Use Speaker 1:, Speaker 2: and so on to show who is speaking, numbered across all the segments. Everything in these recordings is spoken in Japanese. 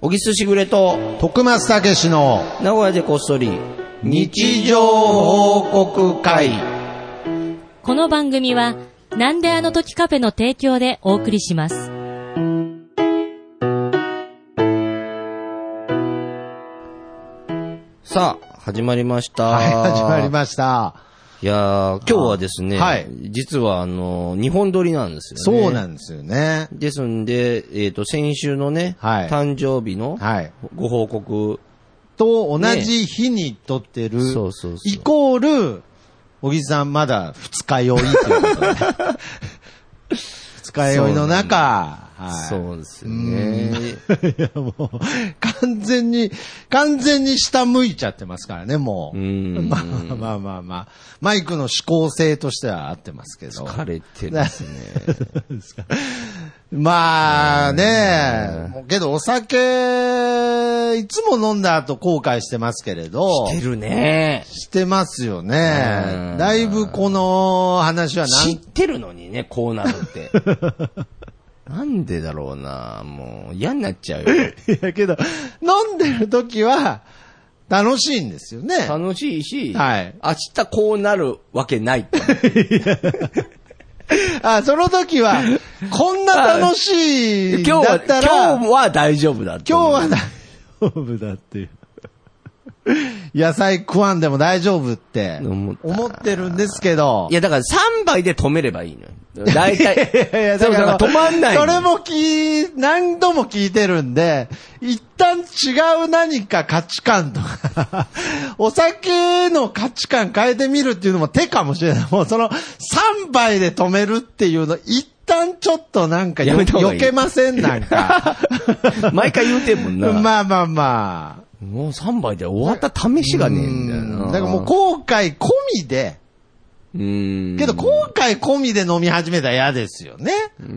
Speaker 1: 小木すしぐれと、
Speaker 2: 徳松たけしの
Speaker 1: 名古屋でこっそり、日常報告会。
Speaker 3: この番組は、なんであの時カフェの提供でお送りします。
Speaker 1: さあ、始まりました。
Speaker 2: はい、始まりました。
Speaker 1: いやー、今日はですね、
Speaker 2: はい
Speaker 1: 実はあの、日本撮りなんですよね。
Speaker 2: そうんなんですよね。
Speaker 1: ですんで、えっ、と、先週のね、
Speaker 2: はい
Speaker 1: 誕生日の
Speaker 2: はい。
Speaker 1: ご報告、
Speaker 2: と同じ日に撮ってる、
Speaker 1: そうそうそう
Speaker 2: イコール、小木さんまだ二日酔いっていう ことで。二日酔いの中、はい。
Speaker 1: そうですね。
Speaker 2: いや、もう、完全に、完全に下向いちゃってますからね、もう。
Speaker 1: うん
Speaker 2: まあ まあまあまあ。マイクの指向性としては合ってますけど。
Speaker 1: 疲れてます ね。
Speaker 2: まあね、もうけどお酒、いつも飲んだ後後悔してますけれど。
Speaker 1: してるね。
Speaker 2: してますよね
Speaker 1: うん。
Speaker 2: だいぶこの話は
Speaker 1: 知
Speaker 2: 何
Speaker 1: ってるのにね、こうなる って。なんでだろうなもう、嫌になっちゃう よ。
Speaker 2: いやけど、飲んでる時は楽しいんですよね。
Speaker 1: 楽しいし、
Speaker 2: はい
Speaker 1: 明日こうなるわけない って。
Speaker 2: あ、その時は、こんな楽しいん
Speaker 1: 今日
Speaker 2: だ
Speaker 1: は、
Speaker 2: ったら、
Speaker 1: 今日は大丈夫だって
Speaker 2: 今
Speaker 1: 思
Speaker 2: 日
Speaker 1: う
Speaker 2: は大丈夫だっていう。野菜食わんでも大丈夫って
Speaker 1: 思った
Speaker 2: 思ってるんですけど。
Speaker 1: いや、だから3杯で止めればいいのよ。大体。
Speaker 2: いや
Speaker 1: そうだから止まんないの
Speaker 2: それも聞い、何度も聞いてるんで、一旦違う何か価値観とか、 お酒の価値観変えてみるっていうのも手かもしれない。もうその3杯で止めるっていうの、一旦ちょっとなんか
Speaker 1: や
Speaker 2: よ
Speaker 1: めた方がい
Speaker 2: 避
Speaker 1: い
Speaker 2: けませんなんか。
Speaker 1: 毎回言うてんも んな。
Speaker 2: まあまあまあ。
Speaker 1: もう3杯で終わった試しがねえんだよ
Speaker 2: う
Speaker 1: な。
Speaker 2: んだからもう後悔込みで、
Speaker 1: うーん。
Speaker 2: けど後悔込みで飲み始めたら嫌ですよね。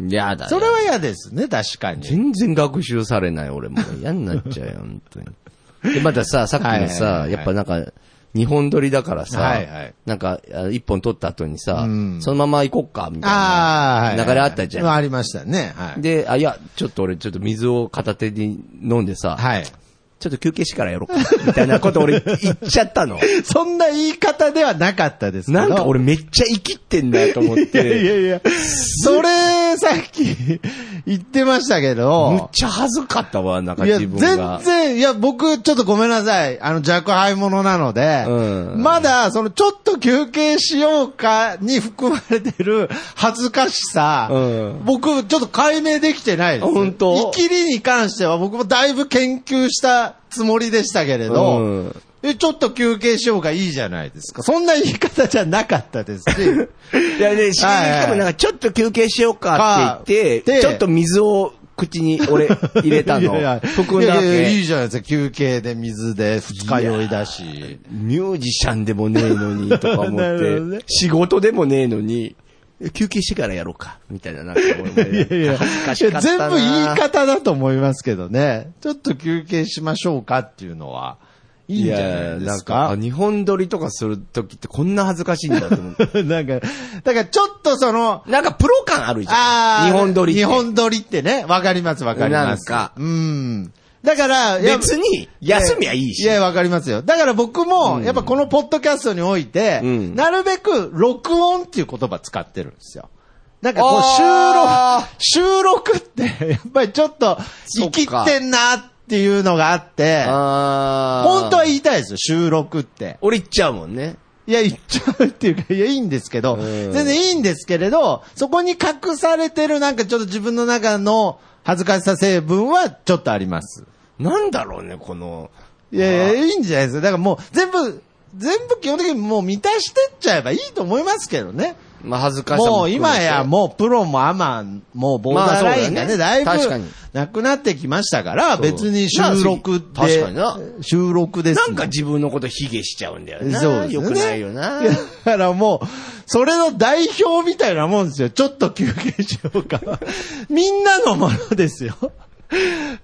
Speaker 1: やだよ。
Speaker 2: それは嫌ですね、確かに。
Speaker 1: 全然学習されない、俺も。嫌になっちゃうよ、本当に。で、またさ、さっきのさ、
Speaker 2: はいはいはい
Speaker 1: やっぱなんか、日本撮りだからさ、
Speaker 2: はいはい
Speaker 1: なんか、あ一本撮った後にさ、
Speaker 2: うん
Speaker 1: そのまま行こっか、みたい
Speaker 2: ああ、はい
Speaker 1: な流れあったじゃん。
Speaker 2: ありましたね。はい。
Speaker 1: で、あ、いや、ちょっと俺、ちょっと水を片手に飲んでさ、
Speaker 2: はい。
Speaker 1: ちょっと休憩してからやろうか、みたいなこと俺言っちゃった の。
Speaker 2: そんな言い方ではなかったですけど。
Speaker 1: なんか俺めっちゃ生きってんだよと思っ
Speaker 2: いやい
Speaker 1: て、
Speaker 2: やいや、それ、さっき言ってましたけ
Speaker 1: むっ
Speaker 2: ど、
Speaker 1: ちゃ恥ずかったわ、なんか
Speaker 2: いや、
Speaker 1: 自
Speaker 2: 全
Speaker 1: 分が。
Speaker 2: 然、いや、僕、ちょっとごめんなさい。あの、弱敗者なので、
Speaker 1: うん
Speaker 2: まだ、その、ちょっと休憩しようかに含まれてる恥ずかしさ、
Speaker 1: うん
Speaker 2: 僕、ちょっと解明できてないです。
Speaker 1: 本当
Speaker 2: 生きりに関しては、僕もだいぶ研究したつもりでしたけれど、
Speaker 1: うん
Speaker 2: え、ちょっと休憩しようがいいじゃないですか。そんな言い方じゃなかっ たですし。
Speaker 1: いやね、し
Speaker 2: はいはい
Speaker 1: かもなんかちょっと休憩しようかって言っ
Speaker 2: か
Speaker 1: て、
Speaker 2: で
Speaker 1: ちょっと水を口に俺入れた
Speaker 2: い
Speaker 1: の
Speaker 2: やいや。
Speaker 1: 含んだわ
Speaker 2: いやいやいい
Speaker 1: け。
Speaker 2: じゃないですか。休憩で水で二日酔いだし。
Speaker 1: ミュージシャンでもねえのにとか思
Speaker 2: なるほど
Speaker 1: っ
Speaker 2: ね
Speaker 1: て、仕事でもねえのに、休憩してからやろうか、みたいな、なんか俺も恥ずかしかった
Speaker 2: 全
Speaker 1: な。
Speaker 2: 部言い方だと思いますけどね。ちょっと休憩しましょうかっていうのは、いいんじゃないです
Speaker 1: や
Speaker 2: か。
Speaker 1: んか、日本撮りとかするときってこんな恥ずかしいんだと 思って。
Speaker 2: なんか、だからちょっとその、
Speaker 1: なんかプロ感あるじゃん。
Speaker 2: ああ、
Speaker 1: 日本撮りって。
Speaker 2: 日本撮りってね。わかりますわかります。
Speaker 1: なんか
Speaker 2: うん。だから、いや
Speaker 1: 別に、休みはいい
Speaker 2: い
Speaker 1: し。
Speaker 2: や、わかりますよ。だから僕も、やっぱこのポッドキャストにおいて、
Speaker 1: うん
Speaker 2: なるべく録音っていう言葉使ってるんですよ。なんかこう
Speaker 1: あ
Speaker 2: 収録、収録って、や っぱりちょっと、
Speaker 1: そ
Speaker 2: 生
Speaker 1: っか
Speaker 2: きってんなっていうのがあって、
Speaker 1: あー
Speaker 2: 本当は言いたいですよ、収録って。
Speaker 1: 俺行っちゃうもんね。
Speaker 2: いや、言っちゃうっていうか、いや、いいんですけど、
Speaker 1: ん
Speaker 2: 全然いいんですけれど、そこに隠されてるなんかちょっと自分の中の恥ずかしさ成分はちょっとあります。
Speaker 1: なんだろうね、この。
Speaker 2: いやいや、いいんじゃないですか。だからもう、全部、全部基本的にもう満たしてっちゃえばいいと思いますけどね。
Speaker 1: まあ恥ずかしさ
Speaker 2: もう
Speaker 1: 含めて
Speaker 2: 今やもうプロもアマンもボーダーラインがね、
Speaker 1: まあそ
Speaker 2: だ
Speaker 1: う
Speaker 2: いぶ
Speaker 1: だね確かに
Speaker 2: なくなってきましたから、別に収録で、
Speaker 1: 確かにな
Speaker 2: 収録です
Speaker 1: な
Speaker 2: も
Speaker 1: んか自分のこと卑下しちゃうんだよな。
Speaker 2: そうですね
Speaker 1: よくないよな。
Speaker 2: だからもう、それの代表みたいなもんですよ。ちょっと休憩しようか。 みんなのものですよ。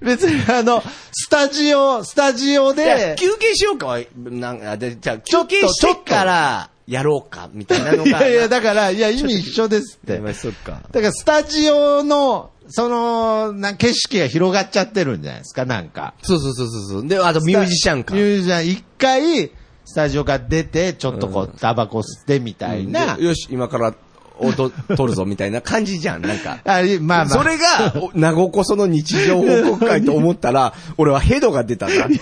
Speaker 2: 別にあの、スタジオ、スタジオ
Speaker 1: いや
Speaker 2: で、
Speaker 1: 休憩しようかは、なんか、でじゃあ
Speaker 2: ち
Speaker 1: 休
Speaker 2: ょっと
Speaker 1: 憩してから、やろうか、みたいなの
Speaker 2: い
Speaker 1: が。
Speaker 2: やいや、だから、いや、意味一緒ですって。
Speaker 1: まあそっか。
Speaker 2: だから、スタジオのその、な、景色が広がっちゃってるんじゃないですか、なんか。
Speaker 1: そうそうそうそうそう。で、あとミュージシャンか。
Speaker 2: ミュージシャン、一回、スタジオから出て、ちょっとこう、タバコ吸ってみたいな。
Speaker 1: よし、今から、音、取るぞ、みたいな感じじゃん、なんか。
Speaker 2: あい まあまあ。
Speaker 1: それが、お名護こその日常報告会と思ったら、俺はヘドが出たな。二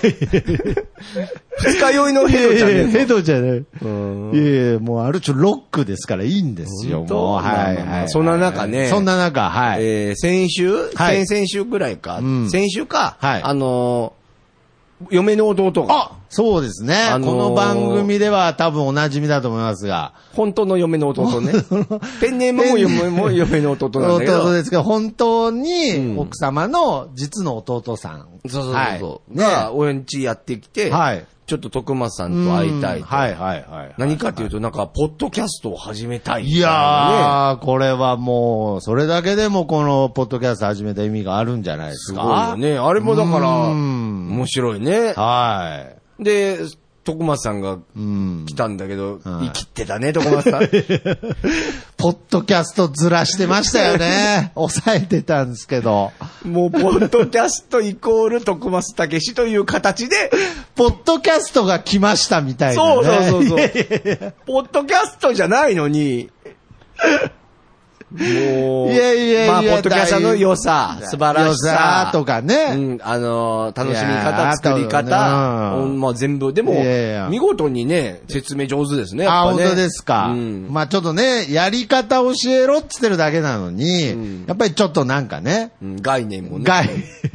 Speaker 1: 日酔いのヘドじゃねえ
Speaker 2: ヘ
Speaker 1: ぞ。
Speaker 2: ドじゃない。
Speaker 1: うん
Speaker 2: いやいや、もうある種ロックですからいいんですよ、
Speaker 1: 本当
Speaker 2: も
Speaker 1: ま
Speaker 2: う。
Speaker 1: あまあ
Speaker 2: はい、はい。
Speaker 1: そんな中ね
Speaker 2: そんな中、はい。
Speaker 1: えー先週
Speaker 2: はい
Speaker 1: 先々週ぐらいか
Speaker 2: うん。
Speaker 1: 先週か。
Speaker 2: はい
Speaker 1: あのー、嫁の弟が。
Speaker 2: あそうですね、
Speaker 1: あのー
Speaker 2: この番組では多分お馴染みだと思いますが。
Speaker 1: 本当の嫁の弟ね。ペンネームも嫁も嫁の弟なんだけど。
Speaker 2: 弟ですけど、本当に
Speaker 1: うん
Speaker 2: 奥様の実の弟さん。
Speaker 1: そうそうそうそう。が、
Speaker 2: は
Speaker 1: 親んちやってきて、
Speaker 2: い。ねはい。
Speaker 1: ちょっと徳松さんと会いたい
Speaker 2: うん
Speaker 1: と。
Speaker 2: はいはいはい。
Speaker 1: 何かというと、なんか、ポッドキャストを始めたいみ
Speaker 2: い
Speaker 1: たなね。
Speaker 2: やー、これはもう、それだけでもこのポッドキャスト始めた意味があるんじゃないで
Speaker 1: す
Speaker 2: すか。
Speaker 1: ごいよね。あれもだから、
Speaker 2: うん
Speaker 1: 面白いね。
Speaker 2: は
Speaker 1: で、徳松さんが
Speaker 2: い。うん。
Speaker 1: 来たんだけど、
Speaker 2: はい
Speaker 1: 生きてたね、徳松さん。
Speaker 2: ポッドキャストずらしてました よね。抑えてたんですけど。
Speaker 1: もう、ポッドキャストイコール徳松武史という形で、
Speaker 2: ポッドキャストが来ましたみたいな、
Speaker 1: そう
Speaker 2: ね。
Speaker 1: そうそう
Speaker 2: い
Speaker 1: そ
Speaker 2: や
Speaker 1: う。ポッドキャストじゃないのに、もう、
Speaker 2: いやいやいや
Speaker 1: まあ、ポッドキャストの良さ、素晴らしさ
Speaker 2: 良さとかね
Speaker 1: うん、あのー、楽しみ
Speaker 2: いや
Speaker 1: 方、
Speaker 2: ー
Speaker 1: 作り
Speaker 2: あ
Speaker 1: 方、
Speaker 2: と
Speaker 1: うんまあ全部、でも
Speaker 2: いやいや、
Speaker 1: 見事にね、説明上手ですね、や
Speaker 2: あ、
Speaker 1: っぱ
Speaker 2: 本
Speaker 1: ね。
Speaker 2: 当ですか。
Speaker 1: うん。
Speaker 2: まあちょっとね、やり方教えろって言ってるだけなのに、
Speaker 1: うん
Speaker 2: やっぱりちょっとなんかね、
Speaker 1: うん概念もね。
Speaker 2: 概、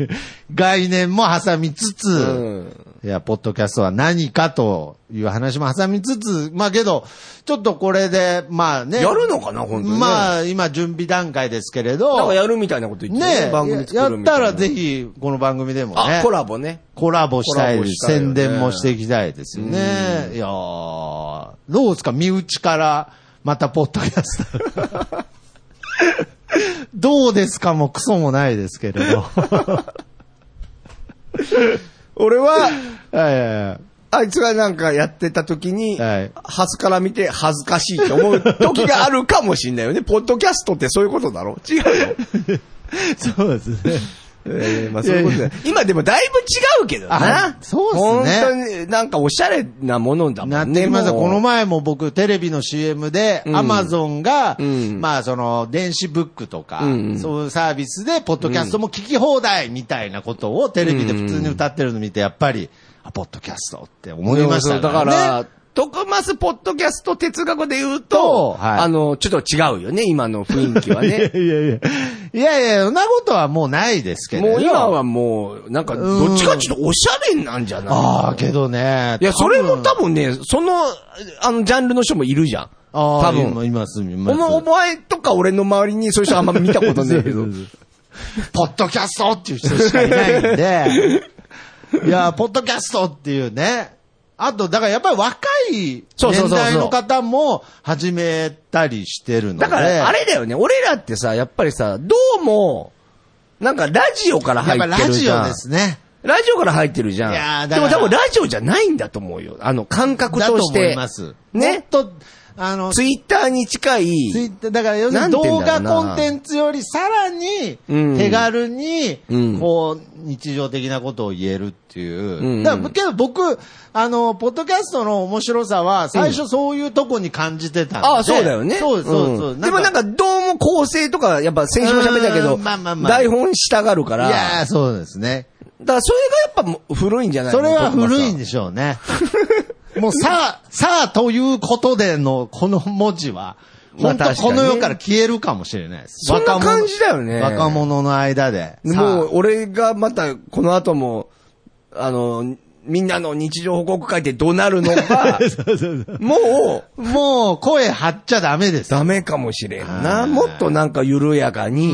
Speaker 2: 概念も挟みつつ、
Speaker 1: うん。
Speaker 2: いや、ポッドキャストは何かという話も挟みつつ、まあけど、ちょっとこれで、まあね。
Speaker 1: やるのかな、本当にね。
Speaker 2: まあ今準備段階ですけれ
Speaker 1: なん
Speaker 2: ど
Speaker 1: か、やるみたいなこと言って
Speaker 2: ね
Speaker 1: 番組
Speaker 2: や
Speaker 1: 作る
Speaker 2: っ
Speaker 1: みた
Speaker 2: た
Speaker 1: いな。
Speaker 2: らぜひ、この番組でも
Speaker 1: あ
Speaker 2: ね、、
Speaker 1: コラボね。
Speaker 2: コラボしたい
Speaker 1: コラボしたいよね
Speaker 2: 宣伝もしていきたいですよね。いやーどうですか身内から、またポッドキャスト。 どうですかもクソもないですけれど。
Speaker 1: 俺は、
Speaker 2: はいはいはい
Speaker 1: あいつがなんかやってた時に、
Speaker 2: はい
Speaker 1: はすから見て恥ずかしいって思う時があるかもしんないよ ね。ポッドキャストってそういうことだろ違うよ。
Speaker 2: そうですね。
Speaker 1: えーまあそういうことだよ
Speaker 2: い
Speaker 1: 今でもだいぶ違うけどな
Speaker 2: あ。そうっすね
Speaker 1: 本当になんかおしゃれなものだもんね。
Speaker 2: なってきました。
Speaker 1: もう
Speaker 2: この前も僕、テレビの CM で、
Speaker 1: ん
Speaker 2: アマゾンが、
Speaker 1: うん
Speaker 2: まあ、その、電子ブックとか、
Speaker 1: うんうん
Speaker 2: そういうサービスで、ポッドキャストも聞き放題みたいなことをテレビで普通に歌ってるの見て、やっぱり、あ、ポッドキャストって思いまし
Speaker 1: だ
Speaker 2: たか
Speaker 1: から
Speaker 2: ね。
Speaker 1: ら、徳松ポッドキャスト哲学で言う
Speaker 2: と
Speaker 1: と、
Speaker 2: はい
Speaker 1: あの、ちょっと違うよね、今の雰囲気はね。
Speaker 2: いやいや。いやいや、そんなことはもうないですけれど。
Speaker 1: もう今はもう、なんか、どっちかっていうとおしゃれなんじゃない
Speaker 2: ああ、けどね。
Speaker 1: いや、それも
Speaker 2: 多
Speaker 1: 多分
Speaker 2: 分
Speaker 1: ね、その、あの、ジャンルの人もいるじゃん。
Speaker 2: あ
Speaker 1: 多
Speaker 2: あ、
Speaker 1: 分。
Speaker 2: います、いま
Speaker 1: お
Speaker 2: す。
Speaker 1: 前お前とか俺の周りにそういう人あんま見たことないけ ど。
Speaker 2: ポッドキャストっていう人しかいないん で、いや、ポッドキャストっていうね。あと、だからやっぱり若い
Speaker 1: そうそうそう
Speaker 2: 年
Speaker 1: そう
Speaker 2: 代の方も始めたりしてるので。
Speaker 1: だから、あれだよね、俺らってさ、やっぱりさ、どうも、なんかラジオから
Speaker 2: や
Speaker 1: 入
Speaker 2: っ
Speaker 1: って
Speaker 2: ぱ
Speaker 1: る
Speaker 2: ラ
Speaker 1: じ
Speaker 2: ジ
Speaker 1: ゃん。
Speaker 2: オですね。
Speaker 1: ラジオから入ってるじ
Speaker 2: い
Speaker 1: ゃ
Speaker 2: やー
Speaker 1: ん。
Speaker 2: だ
Speaker 1: で
Speaker 2: か
Speaker 1: も
Speaker 2: ら
Speaker 1: 多分ラジオじゃないんだと思うよ。あの、感覚
Speaker 2: だと
Speaker 1: とし
Speaker 2: 思い
Speaker 1: て。
Speaker 2: ます。もっ
Speaker 1: ね。
Speaker 2: と、あの、
Speaker 1: ツイッターに近い。
Speaker 2: ツイッター、だから要するに
Speaker 1: なんて言
Speaker 2: 動
Speaker 1: うんだろう
Speaker 2: 画
Speaker 1: な
Speaker 2: コンテンツよりさらに
Speaker 1: うん
Speaker 2: 手軽に
Speaker 1: うん、
Speaker 2: こう、日常的なことを言えるっていう。
Speaker 1: うん
Speaker 2: だからけど僕、あの、ポッドキャストの面白さは最初そういうとこに感じてたんで。
Speaker 1: ああ、そうだよね。
Speaker 2: そうです、そうですそう
Speaker 1: う
Speaker 2: す。
Speaker 1: んでもなんか、どうも構成とか、やっぱ先週も喋ったけ
Speaker 2: う
Speaker 1: ど
Speaker 2: んまあまあ、まあ
Speaker 1: 台本したがるか
Speaker 2: い
Speaker 1: ら。
Speaker 2: やーそうですね。
Speaker 1: だからそれがやっぱ古いんじゃないの
Speaker 2: それは古いん
Speaker 1: で
Speaker 2: でしょ うね。もうさあ、さあということでのこの文字は、
Speaker 1: まあ
Speaker 2: 本当
Speaker 1: 確かに
Speaker 2: こ
Speaker 1: ね
Speaker 2: の世から消えるかもしれないです。
Speaker 1: そんな感じだよね。
Speaker 2: 若者の間で。
Speaker 1: もう俺がまたこの後も、あの、みんなの日常報告会ってどうなるの か、もう、
Speaker 2: もう声張っちゃダメです。
Speaker 1: ダメかもしれん
Speaker 2: は
Speaker 1: な。
Speaker 2: い
Speaker 1: もっとなんか緩やか
Speaker 2: うー
Speaker 1: に、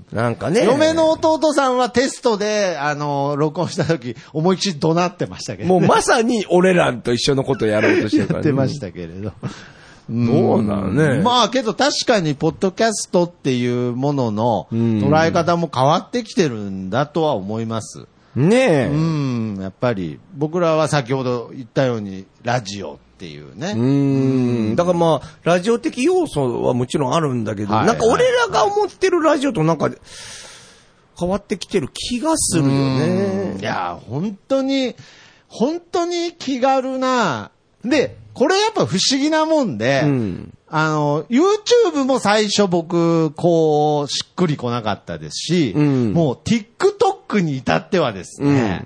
Speaker 2: ん。
Speaker 1: なんかね。
Speaker 2: 嫁の弟さんはテストで、あの、録音した時、思いっきり怒鳴ってましたけど。
Speaker 1: もうまさに俺らと一緒のことやろうとしてる
Speaker 2: や
Speaker 1: から、
Speaker 2: ってましたけれど。
Speaker 1: どうなのね。
Speaker 2: まあけど確かに、ポッドキャストっていうものの
Speaker 1: ん
Speaker 2: 捉え方も変わってきてるんだとは思います。
Speaker 1: ね
Speaker 2: うん、やっぱり、僕らは先ほど言ったように、ラジオっていうね。
Speaker 1: え。うん。だからまあ、ラジオ的要素はもちろんあるんだけど、
Speaker 2: はい
Speaker 1: なんか俺らが思ってるラジオとなんか、変わってきてる気がするよね。
Speaker 2: いや、本当に、本当に気軽な、で、これやっぱ不思議なもんで、
Speaker 1: うん
Speaker 2: あの、YouTube も最初僕、こう、しっくりこなかったですし、
Speaker 1: うん
Speaker 2: もう TikTok に至ってはですね、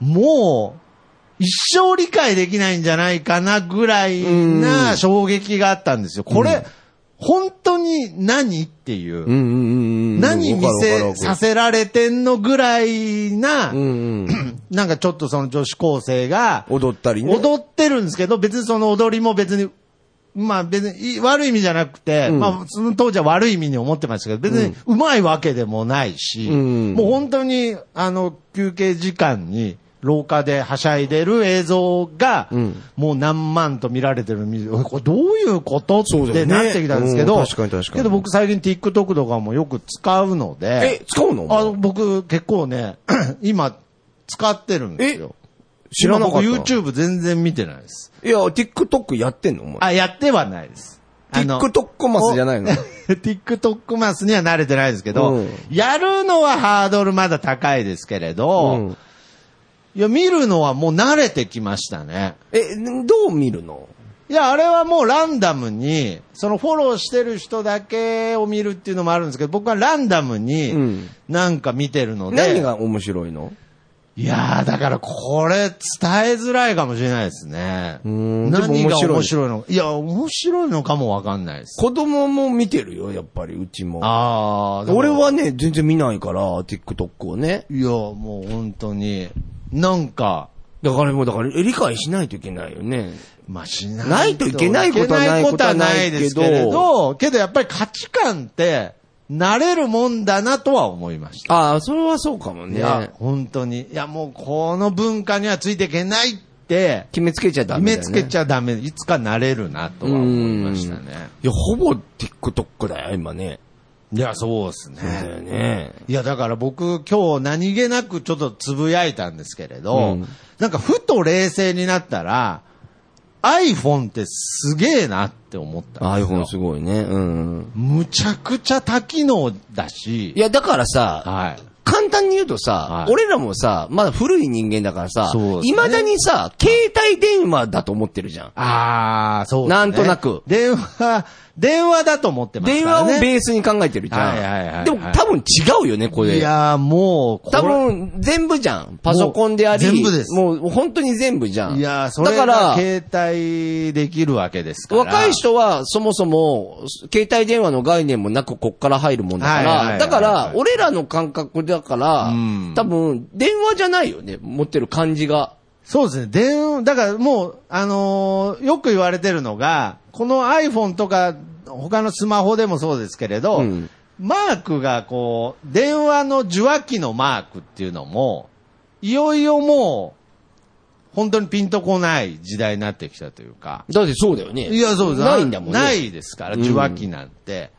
Speaker 2: もう、一生理解できないんじゃないかなぐらいな衝撃があったんですよ。これ、本当に何っていう。
Speaker 1: うんうんうんうん。
Speaker 2: 何見せさせられてんのぐらいな、
Speaker 1: うんうん。
Speaker 2: なんかちょっとその女子高生が、
Speaker 1: 踊ったりね。
Speaker 2: 踊ってるんですけど、別にその踊りも別に、まあ別にいい悪い意味じゃなくて、
Speaker 1: うん
Speaker 2: まあその当時は悪い意味に思ってましたけど、別にうまいわけでもないし、
Speaker 1: うん
Speaker 2: もう本当にあの休憩時間に廊下ではしゃいでる映像が、
Speaker 1: うん
Speaker 2: もう何万と見られてるみ、これどういうことっ
Speaker 1: そうだ
Speaker 2: て
Speaker 1: よね
Speaker 2: なってきたんですけど、
Speaker 1: うん確かに確かに
Speaker 2: けど僕最近 TikTok とかもよく使うの
Speaker 1: え
Speaker 2: で、、
Speaker 1: 使うの
Speaker 2: あの僕結構ね、 今使ってるんですよ。
Speaker 1: 知らなかった。
Speaker 2: 今僕 YouTube 全然見てないです。
Speaker 1: いや、TikTok やってんのお前。
Speaker 2: あ、やってはないです。あの
Speaker 1: TikTok マスじゃないの
Speaker 2: TikTok マスには慣れてないですけど、
Speaker 1: うん
Speaker 2: やるのはハードルまだ高いですけれど、
Speaker 1: うん
Speaker 2: いや、見るのはもう慣れてきましたね。
Speaker 1: え、どう見るの
Speaker 2: いや、あれはもうランダムに、そのフォローしてる人だけを見るっていうのもあるんですけど、僕はランダム
Speaker 1: う
Speaker 2: に
Speaker 1: ん
Speaker 2: なんか見てるので、
Speaker 1: 何が面白いの
Speaker 2: いやー、だからこれ伝えづらいかもしれないですね。
Speaker 1: ん
Speaker 2: 何
Speaker 1: でも面
Speaker 2: が
Speaker 1: 白い
Speaker 2: 面白いのか。いや、面白いのかもわかんないです。
Speaker 1: 子供も見てるよ、やっぱり、うちも。
Speaker 2: あー、でも
Speaker 1: 俺。はね、全然見ないから、TikTok をね。
Speaker 2: いや、もう本当に、なんか、
Speaker 1: だからもう、だから、理解しないといけないよね。
Speaker 2: まあ、しない。
Speaker 1: ないといけないことはない
Speaker 2: けことはないですけれ
Speaker 1: け
Speaker 2: ど、けどやっぱり価値観って、慣れるもんだなとは思いました。
Speaker 1: ああ、それはそうかも
Speaker 2: い
Speaker 1: ね。
Speaker 2: や、
Speaker 1: 決
Speaker 2: 本当に。いや、もうこの文化にはついていけないって、
Speaker 1: めつけちゃダ
Speaker 2: 決
Speaker 1: メだよ
Speaker 2: め
Speaker 1: ね。
Speaker 2: つけちゃダメ。いつか慣れるなとは思いましたね。
Speaker 1: いや、ほぼ TikTok だよ、今ね。
Speaker 2: いや、そうですね。
Speaker 1: そうだよね。
Speaker 2: いや、だから僕、今日何気なくちょっとつぶやいたんですけれど、
Speaker 1: うん
Speaker 2: なんかふと冷静になったら、iPhone ってすげえなって思ったんですよ。
Speaker 1: iPhone すごいね。うん。
Speaker 2: むちゃくちゃ多機能だし、
Speaker 1: いや、だからさ、
Speaker 2: はい。
Speaker 1: 簡単に言うとさ
Speaker 2: は、い
Speaker 1: 俺らもさ、まだ古い人間だからさ、
Speaker 2: そうですね
Speaker 1: 未だにさ、携帯電話だと思ってるじゃん。
Speaker 2: あー、そうですね。
Speaker 1: なんとなく
Speaker 2: 電話、電話だと思ってます
Speaker 1: 電
Speaker 2: から
Speaker 1: 話を
Speaker 2: ね。
Speaker 1: ベースに考えてるじゃん。
Speaker 2: はいはいはいはい
Speaker 1: でも多分違うよね、これ。
Speaker 2: いやー、もう、これ
Speaker 1: 多分全部じゃん。パソコンであり。
Speaker 2: もう全部です
Speaker 1: もう本当に全部じゃん。
Speaker 2: いやー、それ
Speaker 1: だ
Speaker 2: が
Speaker 1: か、
Speaker 2: 携帯できるわけですからら。
Speaker 1: 若い人はそもそも、携帯電話の概念もなくこっから入るもんだか
Speaker 2: はいはいはいは
Speaker 1: ら、
Speaker 2: い
Speaker 1: だから、俺らの感覚だから
Speaker 2: うん、
Speaker 1: 多分、電話じゃないよね、持ってる感じが。
Speaker 2: そうですね。電話、だからもう、あのーよく言われてるのが、この iPhone とか、他のスマホでもそうですけれど、
Speaker 1: うん
Speaker 2: マークがこう、電話の受話器のマークっていうのも、いよいよもう、本当にピンとこない時代になってきたというか。
Speaker 1: だってそうだよね。
Speaker 2: いや、そうです
Speaker 1: ないんだもんね。
Speaker 2: ないですから、受話器なんて。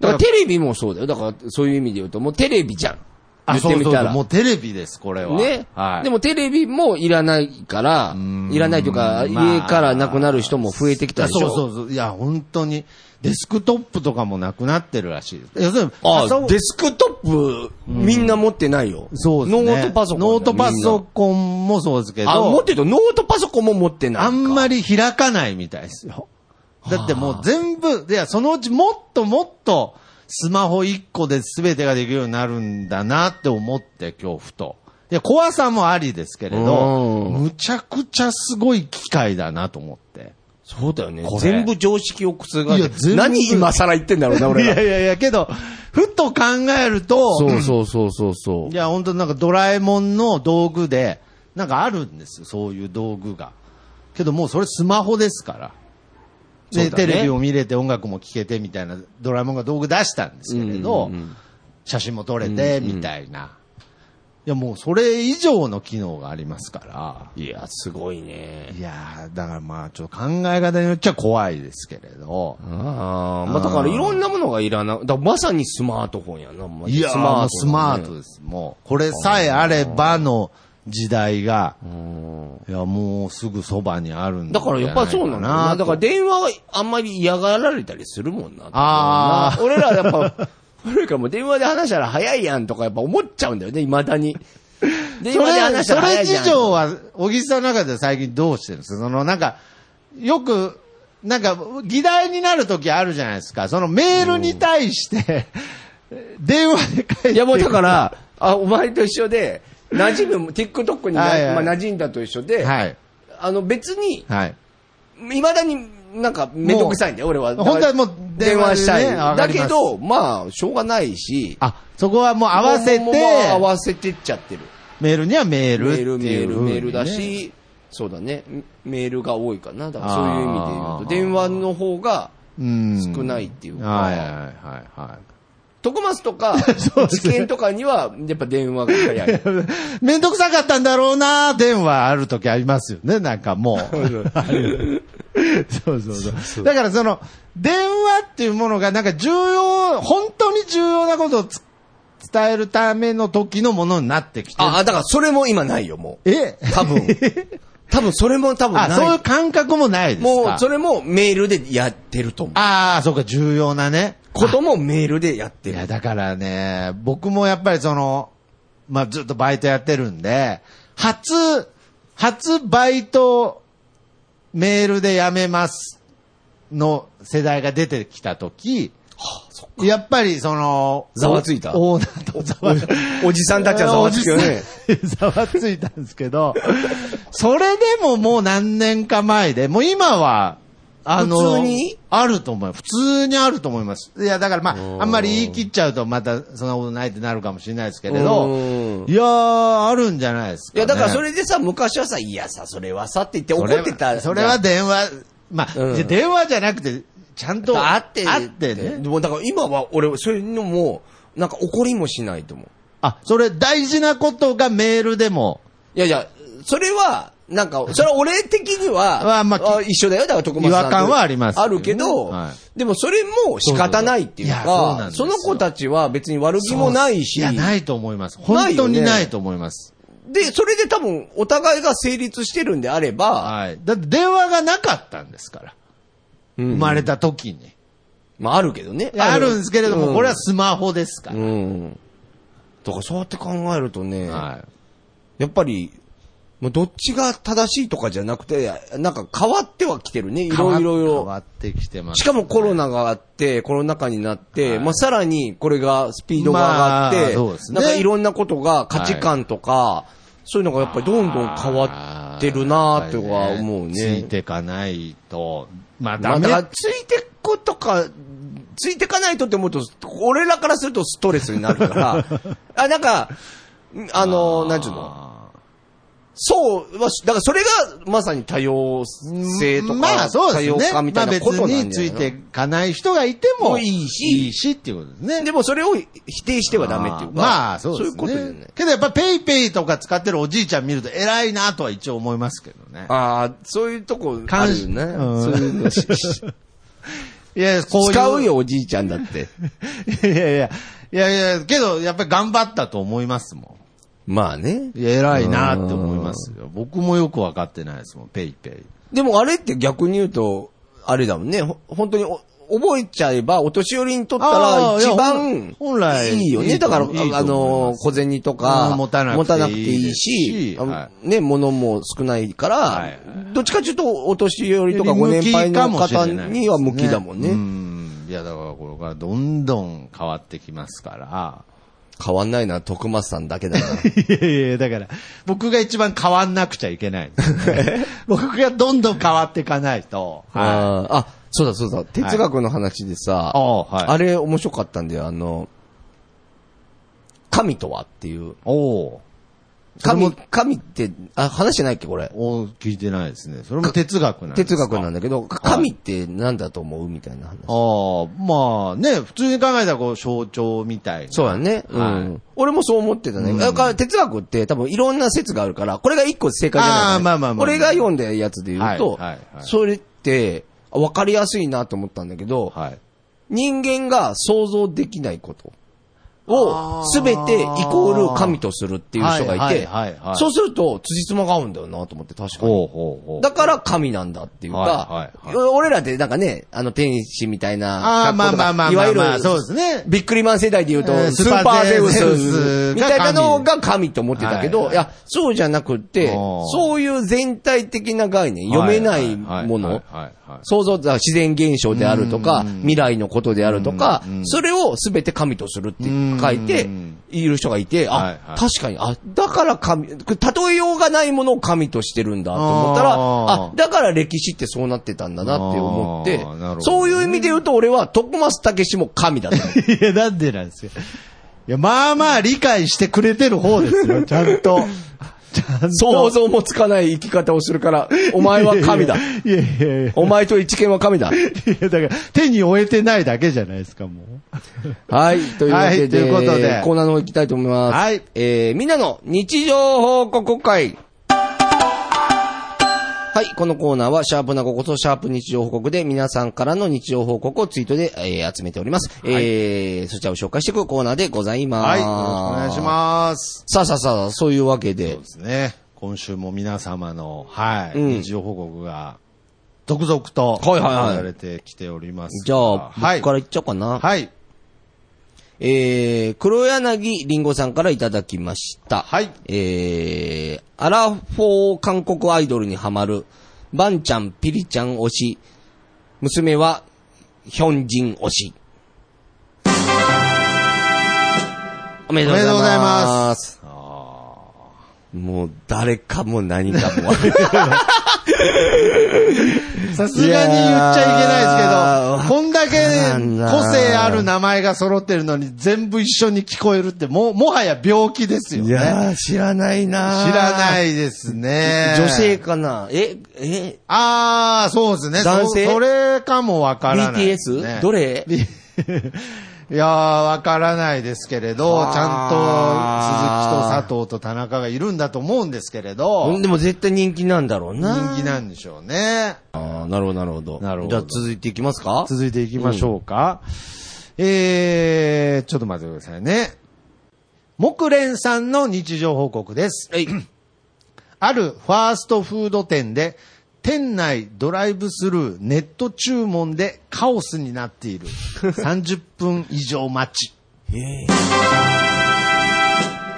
Speaker 1: だからテレビもそうだよ。だからそういう意味で言うと、もうテレビじゃん。言
Speaker 2: あ、
Speaker 1: っ
Speaker 2: そう
Speaker 1: てみ
Speaker 2: そう
Speaker 1: た
Speaker 2: そう。
Speaker 1: ら
Speaker 2: も。うテレビです、これは。
Speaker 1: ね。
Speaker 2: はい。
Speaker 1: でもテレビもいらないから、いらないというか、
Speaker 2: まあ
Speaker 1: 家からなくなる人も増えてきたでしょ。
Speaker 2: そうそうそう。いや、本当に。デスクトップとかもなくなってるらしいです。要するに、
Speaker 1: あ
Speaker 2: パソコン
Speaker 1: デスクトップ、みんな持ってないよ。
Speaker 2: そうですね。
Speaker 1: ノートパソコンだよ。
Speaker 2: ノートパソ
Speaker 1: みん
Speaker 2: コンもそうですけ
Speaker 1: なあ、持っ
Speaker 2: ど、
Speaker 1: てると、ノートパソコンも持ってない。
Speaker 2: あんま
Speaker 1: り。
Speaker 2: り開かないみたいですよ。だってもう全部、いや、そのうちもっともっと、スマホ1個で全てができるようになるんだなって思って、恐怖と。いや、怖さもありですけれど、
Speaker 1: うん
Speaker 2: むちゃくちゃすごい機械だなと思って。
Speaker 1: そうだよね
Speaker 2: これ。
Speaker 1: 全部常識を覆
Speaker 2: いや全
Speaker 1: す。
Speaker 2: 部
Speaker 1: 何今更言ってんだろうな、
Speaker 2: い
Speaker 1: 俺
Speaker 2: や
Speaker 1: ら。
Speaker 2: いやいや、けど、ふと考えると、
Speaker 1: そうそうそうそうそう
Speaker 2: い。や、本当なんかドラえもんの道具で、なんかあるんですよ、そういう道具が。けどもうそれスマホですから。で、
Speaker 1: そうだ
Speaker 2: テ
Speaker 1: ね
Speaker 2: レビを見れて音楽も聴けてみたいな、ドラえもんが道具出したんですけれど、
Speaker 1: うんうんうん
Speaker 2: 写真も撮れて、みたいな。や、もうそれ以上の機能がありますから。
Speaker 1: いや、すごいね。
Speaker 2: いやーだからまあ、ちょっと考え方によっちゃ怖いですけれど。
Speaker 1: ああ、まあだからいろんなものがいらな、だからまさにスマートフォンやな、まあ
Speaker 2: いやーもうスマート
Speaker 1: ね
Speaker 2: です。もう、これさえあればの時代が、
Speaker 1: うん
Speaker 2: いや、もうすぐそばにあるん
Speaker 1: だからやっぱそうなんだよな。だから
Speaker 2: で、
Speaker 1: 電話はあんまり嫌がられたりするもんな。
Speaker 2: あ ー
Speaker 1: 俺らやっぱ、古いからもう電話で話したら早いやんとかやっぱ思っちゃうんだよね、未だに。電
Speaker 2: そ
Speaker 1: 話で
Speaker 2: れ、
Speaker 1: 話し
Speaker 2: そ
Speaker 1: たら早
Speaker 2: れ
Speaker 1: いじゃ
Speaker 2: 事
Speaker 1: ん。
Speaker 2: 情は、小木さんの中では最近どうしてるんですかその、なんか、よく、なんか、議題になる時あるじゃないですか。そのメールに対して、電話で返って。
Speaker 1: いやもうだか、ら、あ、お前と一緒で、馴染む、TikTok にな、
Speaker 2: はいはい
Speaker 1: まあ、馴染んだと一緒で、
Speaker 2: はい。
Speaker 1: あの別に、
Speaker 2: はい。
Speaker 1: いまだになんかめんどくさいんだよ、俺は。だから
Speaker 2: 本当はもう電
Speaker 1: 電
Speaker 2: 話
Speaker 1: 話
Speaker 2: でね
Speaker 1: したい。
Speaker 2: わか
Speaker 1: だ
Speaker 2: りま
Speaker 1: け
Speaker 2: す
Speaker 1: ど、まあ、しょうがないし、
Speaker 2: あ、そこはもう合わせて
Speaker 1: もう、もう合わせてっちゃってる。
Speaker 2: メールにはメール
Speaker 1: メ
Speaker 2: って
Speaker 1: ー
Speaker 2: い
Speaker 1: ル、
Speaker 2: う、
Speaker 1: メール、メールだ。し、そうだね、メールが多いかな。だからそういう意味で言う
Speaker 2: あー
Speaker 1: と、電話の方が
Speaker 2: うん。
Speaker 1: 少ないっていう
Speaker 2: はいはい
Speaker 1: か、
Speaker 2: はいはい。
Speaker 1: 徳松と か、事件とかには、やっぱ電話が早い。
Speaker 2: めんどくさかったんだろうな、電話ある時ありますよね、なんかもう。 そうそうそう。だからその、電話っていうものがなんか重要、本当に重要なことをつ伝えるための時のものになってきてる。
Speaker 1: あ、あだからそれも今ないよ、もう。
Speaker 2: え
Speaker 1: 多 分。多分それも多分
Speaker 2: あ、
Speaker 1: ない。
Speaker 2: そういう感覚もないですか
Speaker 1: もう、それもメールでやってると思う。
Speaker 2: ああ、そうか、重要なね。
Speaker 1: こともメールでやって
Speaker 2: い
Speaker 1: る。
Speaker 2: や、だからね、僕もやっぱりその、まあ、ずっとバイトやってるんで、初、初バイト、メールで辞めますの世代が出てきたとき、やっぱりその、
Speaker 1: ざわついた
Speaker 2: オーナーとざわつ
Speaker 1: おじさんたちはざわつくよね。
Speaker 2: おじさんざわついたんですけど、それでももう何年か前で、もう今は、あの、
Speaker 1: 普通に
Speaker 2: あると思う。普通にあると思います。いや、だからま
Speaker 1: う
Speaker 2: あ、
Speaker 1: ん
Speaker 2: あんまり言い切っちゃうとまたそんなことないってなるかもしれないですけれ
Speaker 1: う
Speaker 2: ど
Speaker 1: ん、
Speaker 2: いやー、あるんじゃないですか、
Speaker 1: いや、
Speaker 2: ね。
Speaker 1: だからそれでさ、昔はさ、いやさ、それはさって言って怒ってた。
Speaker 2: それはそれは電話、まあ、
Speaker 1: うん
Speaker 2: じゃあ電話じゃなくて、ちゃんと
Speaker 1: あって、
Speaker 2: あってね。
Speaker 1: でもだから今は俺、そういうのも、なんか怒りもしないと思う。
Speaker 2: あ、それ大事なことがメールでも、
Speaker 1: いやいや、それは、なん か、それは俺的に
Speaker 2: ま
Speaker 1: は、
Speaker 2: あまあ
Speaker 1: あ一緒だよ。だから徳松さんと。
Speaker 2: 違和感はありますけど
Speaker 1: あ
Speaker 2: ね
Speaker 1: るけど、
Speaker 2: は
Speaker 1: でもそれも仕方ないっていう
Speaker 2: そうそういやそうなん
Speaker 1: か、
Speaker 2: です
Speaker 1: そ
Speaker 2: よ
Speaker 1: の子たちは別に悪気もないし、
Speaker 2: いや、ないと思います。本当に
Speaker 1: ないよね
Speaker 2: ないと思います。
Speaker 1: で、それで多分お互いが成立してるんであれば、
Speaker 2: はい。だって電話がなかったんですから。
Speaker 1: うん
Speaker 2: 生まれた時に。
Speaker 1: まああるけどね。
Speaker 2: あるんですけれども、
Speaker 1: うん
Speaker 2: これはスマホですから。
Speaker 1: うん。だからそうやって考えるとね、
Speaker 2: はい。
Speaker 1: やっぱり、もうどっちが正しいとかじゃなくて、なんか変わってはきてるね、いろいろい
Speaker 2: 変
Speaker 1: ろ。
Speaker 2: わってきてます。
Speaker 1: しかもコロナがあって、コロナ禍になって、まあさらにこれがスピードが上がって、
Speaker 2: まあそうですね
Speaker 1: なんかいろんなことが価値観とか、そういうのがやっぱりどんどん変わってるなとは思う
Speaker 2: つ
Speaker 1: ね
Speaker 2: い。てかないと。まあ、
Speaker 1: ま
Speaker 2: ダ
Speaker 1: あ
Speaker 2: メ
Speaker 1: だからついてくとか、ついてかないとって思うと、俺らからするとストレスになるから、 あ、なんか、あの、なんちゅうの
Speaker 2: あ
Speaker 1: そう、まあ、だからそれがまさに多様
Speaker 2: ー
Speaker 1: 性とか、
Speaker 2: まあ、そうです
Speaker 1: 多
Speaker 2: ね。
Speaker 1: 様化み
Speaker 2: ま
Speaker 1: た
Speaker 2: あ
Speaker 1: いな
Speaker 2: 別
Speaker 1: ことなんじ
Speaker 2: につ
Speaker 1: ゃない
Speaker 2: い
Speaker 1: の
Speaker 2: てかない人がいても。
Speaker 1: いいし
Speaker 2: いいしっていうことですね。
Speaker 1: でもそれを否定してはダメっていうか、
Speaker 2: まあ、そう
Speaker 1: い
Speaker 2: ですね。
Speaker 1: うことじゃない。
Speaker 2: けどやっぱペイペイとか使ってるおじいちゃん見ると偉いなとは一応思いますけどね。
Speaker 1: ああ、そういうとこあるよね。
Speaker 2: うん
Speaker 1: そういうのし
Speaker 2: いや、こういう。
Speaker 1: 使うよ、おじいちゃんだって。
Speaker 2: いやいやいや、いやいや、けど、やっぱり頑張ったと思いますも
Speaker 1: まあね
Speaker 2: ん。。いや、偉いなって思いますよ。僕もよくわかってないですもん、ペイペイ。
Speaker 1: でもあれって逆に言うと、あれだもんね。ほ本当にお覚えちゃえば、お年寄りにとった
Speaker 2: あ
Speaker 1: ら
Speaker 2: ーいや
Speaker 1: 一番
Speaker 2: ほん本来
Speaker 1: いいよ
Speaker 2: い
Speaker 1: ね。
Speaker 2: いと
Speaker 1: だから、あ
Speaker 2: いいと思います
Speaker 1: あの、小銭と
Speaker 2: う
Speaker 1: か
Speaker 2: ん持たなくていい
Speaker 1: し
Speaker 2: し、
Speaker 1: あの
Speaker 2: は
Speaker 1: ね、物も少ないから、
Speaker 2: はい
Speaker 1: どっちかというとお年寄りとかご
Speaker 2: よ
Speaker 1: 年
Speaker 2: り向き
Speaker 1: 配の
Speaker 2: かもしれ
Speaker 1: 方
Speaker 2: ないですね
Speaker 1: には向きだもんね。
Speaker 2: うん。いや、だからこれからどんどん変わってきま すから。
Speaker 1: 変わんないな、徳松さんだけ だな。
Speaker 2: いやいやだから、僕が一番変わんなくちゃい けないんですよね。僕がどんどん変わっていかないと。い。
Speaker 1: あーあ、そうだそうだ、哲学の話でさ、
Speaker 2: ああ、はい。
Speaker 1: あれ面白かったんだよ、あの、神とはっていう
Speaker 2: おおそれも
Speaker 1: 神、神って、あ、話してないっけ、これ。
Speaker 2: お聞いてないですね。それも哲学なんです
Speaker 1: 哲
Speaker 2: か
Speaker 1: 学なんだけど、神って何だと思うみたいな話。
Speaker 2: ああ、まあね、普通に考えたらこう象徴みたいな。
Speaker 1: そうだね。う
Speaker 2: はい
Speaker 1: ん。俺もそう思ってたね。だから哲学って多分いろんな説があるから、これが一個正解じゃないかな
Speaker 2: あーまあまあまあまあ
Speaker 1: 俺が読んだやつで言うと
Speaker 2: はいはいは、い
Speaker 1: それって分かりやすいなと思ったんだけど、
Speaker 2: はい。
Speaker 1: 人間が想像できないこと
Speaker 2: あ
Speaker 1: を
Speaker 2: ー
Speaker 1: すべてイコール神とするっていう人がいて
Speaker 2: はいはいはいは、い
Speaker 1: そうすると辻褄が合うんだよなと思って確かに。
Speaker 2: ほうほうほう。
Speaker 1: だから神なんだっていうか
Speaker 2: は、いはいは
Speaker 1: 俺らってなんかね、あの天使みたいな
Speaker 2: ああ、まあ
Speaker 1: 格好とか
Speaker 2: まあまあまあまあ。
Speaker 1: いわゆる
Speaker 2: そうですね。
Speaker 1: ビックリマン世代で言うと、
Speaker 2: えー
Speaker 1: スーパーゼウ
Speaker 2: スーパー
Speaker 1: ス
Speaker 2: ゼウスが神
Speaker 1: みたいなのが神と思ってたけど、
Speaker 2: はいい
Speaker 1: や、そうじゃなくって、
Speaker 2: おー
Speaker 1: そういう全体的な概念、読めないも
Speaker 2: はい
Speaker 1: の、
Speaker 2: はいはいはい
Speaker 1: 想像、だから自然現象であるとか、未来のことであるとか
Speaker 2: う、ん
Speaker 1: それを全て神とするって書いて
Speaker 2: うん、
Speaker 1: いる人がいて、
Speaker 2: はい
Speaker 1: あ
Speaker 2: は、い
Speaker 1: 確かに、あ、だから神、例えようがないものを神としてるんだと思ったら、
Speaker 2: あ
Speaker 1: あ、
Speaker 2: ー
Speaker 1: だから歴史ってそうなってたんだなって思っ
Speaker 2: あーなるほど
Speaker 1: て、
Speaker 2: ね
Speaker 1: そういう意味で言うと俺は、徳松武史も神 だと思う。
Speaker 2: いや、なんでなんですよ。いや、まあまあ理解してくれてる方ですよ、ちゃん と。ちゃんと。
Speaker 1: 想像もつかない生き方をするから、お前は神 だ。
Speaker 2: いやいやいやいや。
Speaker 1: お前と一見は神だ。
Speaker 2: いや、だから、手に負えてないだけじゃないですか、もう。
Speaker 1: はい、というわけで、
Speaker 2: はいということで
Speaker 1: コーナーの方行きたいと思います。
Speaker 2: はい
Speaker 1: えー、みんなの日常報告会。はい、このコーナーは、シャープなこことシャープ日常報告で、皆さんからの日常報告をツイートで、えー集めております。えー、そちらを紹介していくコーナーでございます。
Speaker 2: はい、よろしくお願いします。
Speaker 1: す。さあさあさあ、そういうわけ
Speaker 2: そう
Speaker 1: で
Speaker 2: で、すね。今週も皆様の、はい、
Speaker 1: うん
Speaker 2: 日常報告が、続々と、
Speaker 1: はいはいはい
Speaker 2: 流れてきております
Speaker 1: じゃ
Speaker 2: が。
Speaker 1: あ、
Speaker 2: はい。
Speaker 1: 僕から行っちゃおうかな。
Speaker 2: はい。
Speaker 1: えー、黒柳りんごさんからいただきました。
Speaker 2: はい
Speaker 1: えー、アラフォー韓国アイドルにハマる、バンちゃん、ピリちゃん推し、娘は、ヒョンジン推し。おめで
Speaker 2: お
Speaker 1: とうござ
Speaker 2: めでと
Speaker 1: いう
Speaker 2: ござい
Speaker 1: ま
Speaker 2: ますす。。あ
Speaker 1: もう、誰かも何かも。
Speaker 2: ーさすがに言っちゃいけないですけど、こんだけ
Speaker 1: んな
Speaker 2: 個性ある名前が揃ってるのに全部一緒に聞こえるって、もう、もはや病気ですよね。
Speaker 1: ー、
Speaker 2: 知
Speaker 1: 知らないな。
Speaker 2: らないいですね。
Speaker 1: 女性かなえ、え、
Speaker 2: ああ、そうですね。
Speaker 1: 男性
Speaker 2: そそれかもわからないですね、
Speaker 1: BTS? どれ
Speaker 2: いやー、わからないですけれど、
Speaker 1: あー
Speaker 2: ちゃんと鈴木と佐藤と田中がいるんだと思うんですけれど、
Speaker 1: でも絶対人気なんだろうな。
Speaker 2: 人気なんでしょうね。
Speaker 1: ああ、なるほど、なるほど。
Speaker 2: なるほど
Speaker 1: じゃあ続いていきますか
Speaker 2: 続いていきましょうか。えー、ちょっと待ってくださいね。木蓮さんの日常報告です。
Speaker 1: はい。
Speaker 2: あるファーストフード店で、店内ドライブスルーネット注文でカオスになって いる。30分以上待ち。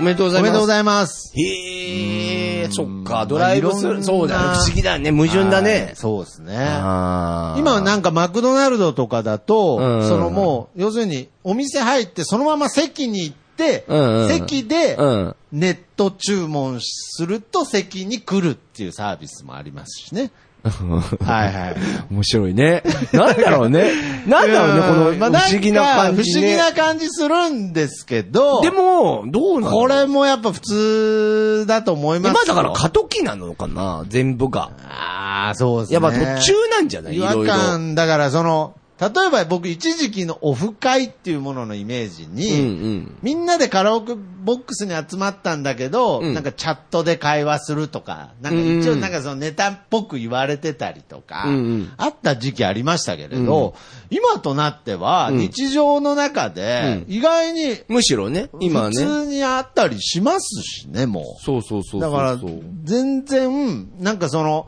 Speaker 1: おめでとうご
Speaker 2: お
Speaker 1: ざいま
Speaker 2: め
Speaker 1: す。
Speaker 2: でとうございます。
Speaker 1: へえ、そっ
Speaker 2: ま
Speaker 1: か、
Speaker 2: あ
Speaker 1: ドライブス
Speaker 2: いろ
Speaker 1: ル
Speaker 2: ん
Speaker 1: ー。
Speaker 2: な
Speaker 1: そうだよね。不思議だね。矛盾だ
Speaker 2: は
Speaker 1: ね
Speaker 2: い。そうですね。
Speaker 1: あー
Speaker 2: 今なんかマクドナルドとかだ
Speaker 1: うん
Speaker 2: と、そのもう、要するにお店入ってそのまま席に行って
Speaker 1: うんうん、
Speaker 2: 席で
Speaker 1: うん
Speaker 2: ネット注文すると席に来るっていうサービスもあります しね。はいはい。
Speaker 1: 面白いね。なんだろ うね。なんだろうね、こ
Speaker 2: ま
Speaker 1: の
Speaker 2: あんか
Speaker 1: 不思議な感じ
Speaker 2: 不思議
Speaker 1: ね。
Speaker 2: な感じするんですけど、
Speaker 1: でも、どうなの
Speaker 2: これもやっぱ普通だと思います
Speaker 1: 今
Speaker 2: よ。
Speaker 1: だから過渡期なのかな全部が。
Speaker 2: ああ、そうですね。
Speaker 1: やっぱ途中なんじゃないい
Speaker 2: 違
Speaker 1: ろ
Speaker 2: 和
Speaker 1: いろ。
Speaker 2: 感、だからその、例えば僕一時期のオフ会っていうもののイメージ
Speaker 1: うんう
Speaker 2: に、
Speaker 1: ん。
Speaker 2: みんなでカラオケボックスに集まったんだけど、
Speaker 1: うん
Speaker 2: なんかチャットで会話するとか、なんか一応なんかそのネタっぽく言われてたりとか、
Speaker 1: うんうん
Speaker 2: あった時期ありましたけれど、今となっては日常の中で意外に
Speaker 1: むしろね、今は
Speaker 2: 普
Speaker 1: ね。
Speaker 2: 通にあったりしますしね、もう。
Speaker 1: そうそうそうそうそう。
Speaker 2: だから、全然、なんかその、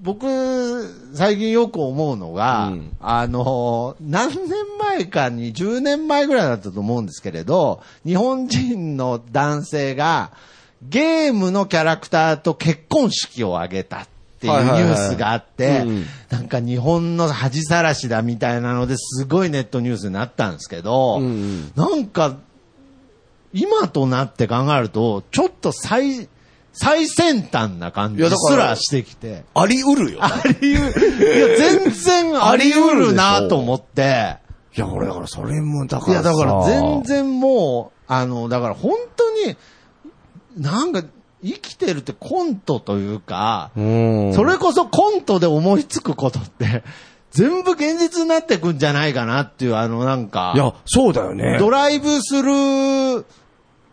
Speaker 2: 僕、最近よく思うのが、
Speaker 1: うん
Speaker 2: あの、何年前かに、10年前ぐらいだったと思うんですけれど、日本人の男性が、ゲームのキャラクターと結婚式を挙げたっていうニ
Speaker 1: はいはいはい
Speaker 2: ュースがあって
Speaker 1: うん、
Speaker 2: なんか日本の恥さらしだみたいなのですごいネットニュースになったんですけど、
Speaker 1: うんうん
Speaker 2: なんか、今となって考えると、ちょっと最、最先端な感
Speaker 1: い
Speaker 2: じ
Speaker 1: やだから
Speaker 2: すらしてきて。
Speaker 1: あり得るよ。
Speaker 2: あり得る。いや、全然あり得るなと思って。
Speaker 1: いや、俺だからそれも、だか
Speaker 2: い
Speaker 1: ら
Speaker 2: や、だから
Speaker 1: さ
Speaker 2: 全。然もう、あの、だから本当に、なんか、生きてるってコントというか、
Speaker 1: うん。
Speaker 2: それこそコントで思いつくことって、全部現実になってくんじゃないかなっていう、あのなんか、
Speaker 1: いや、そうだよね。
Speaker 2: ドライブする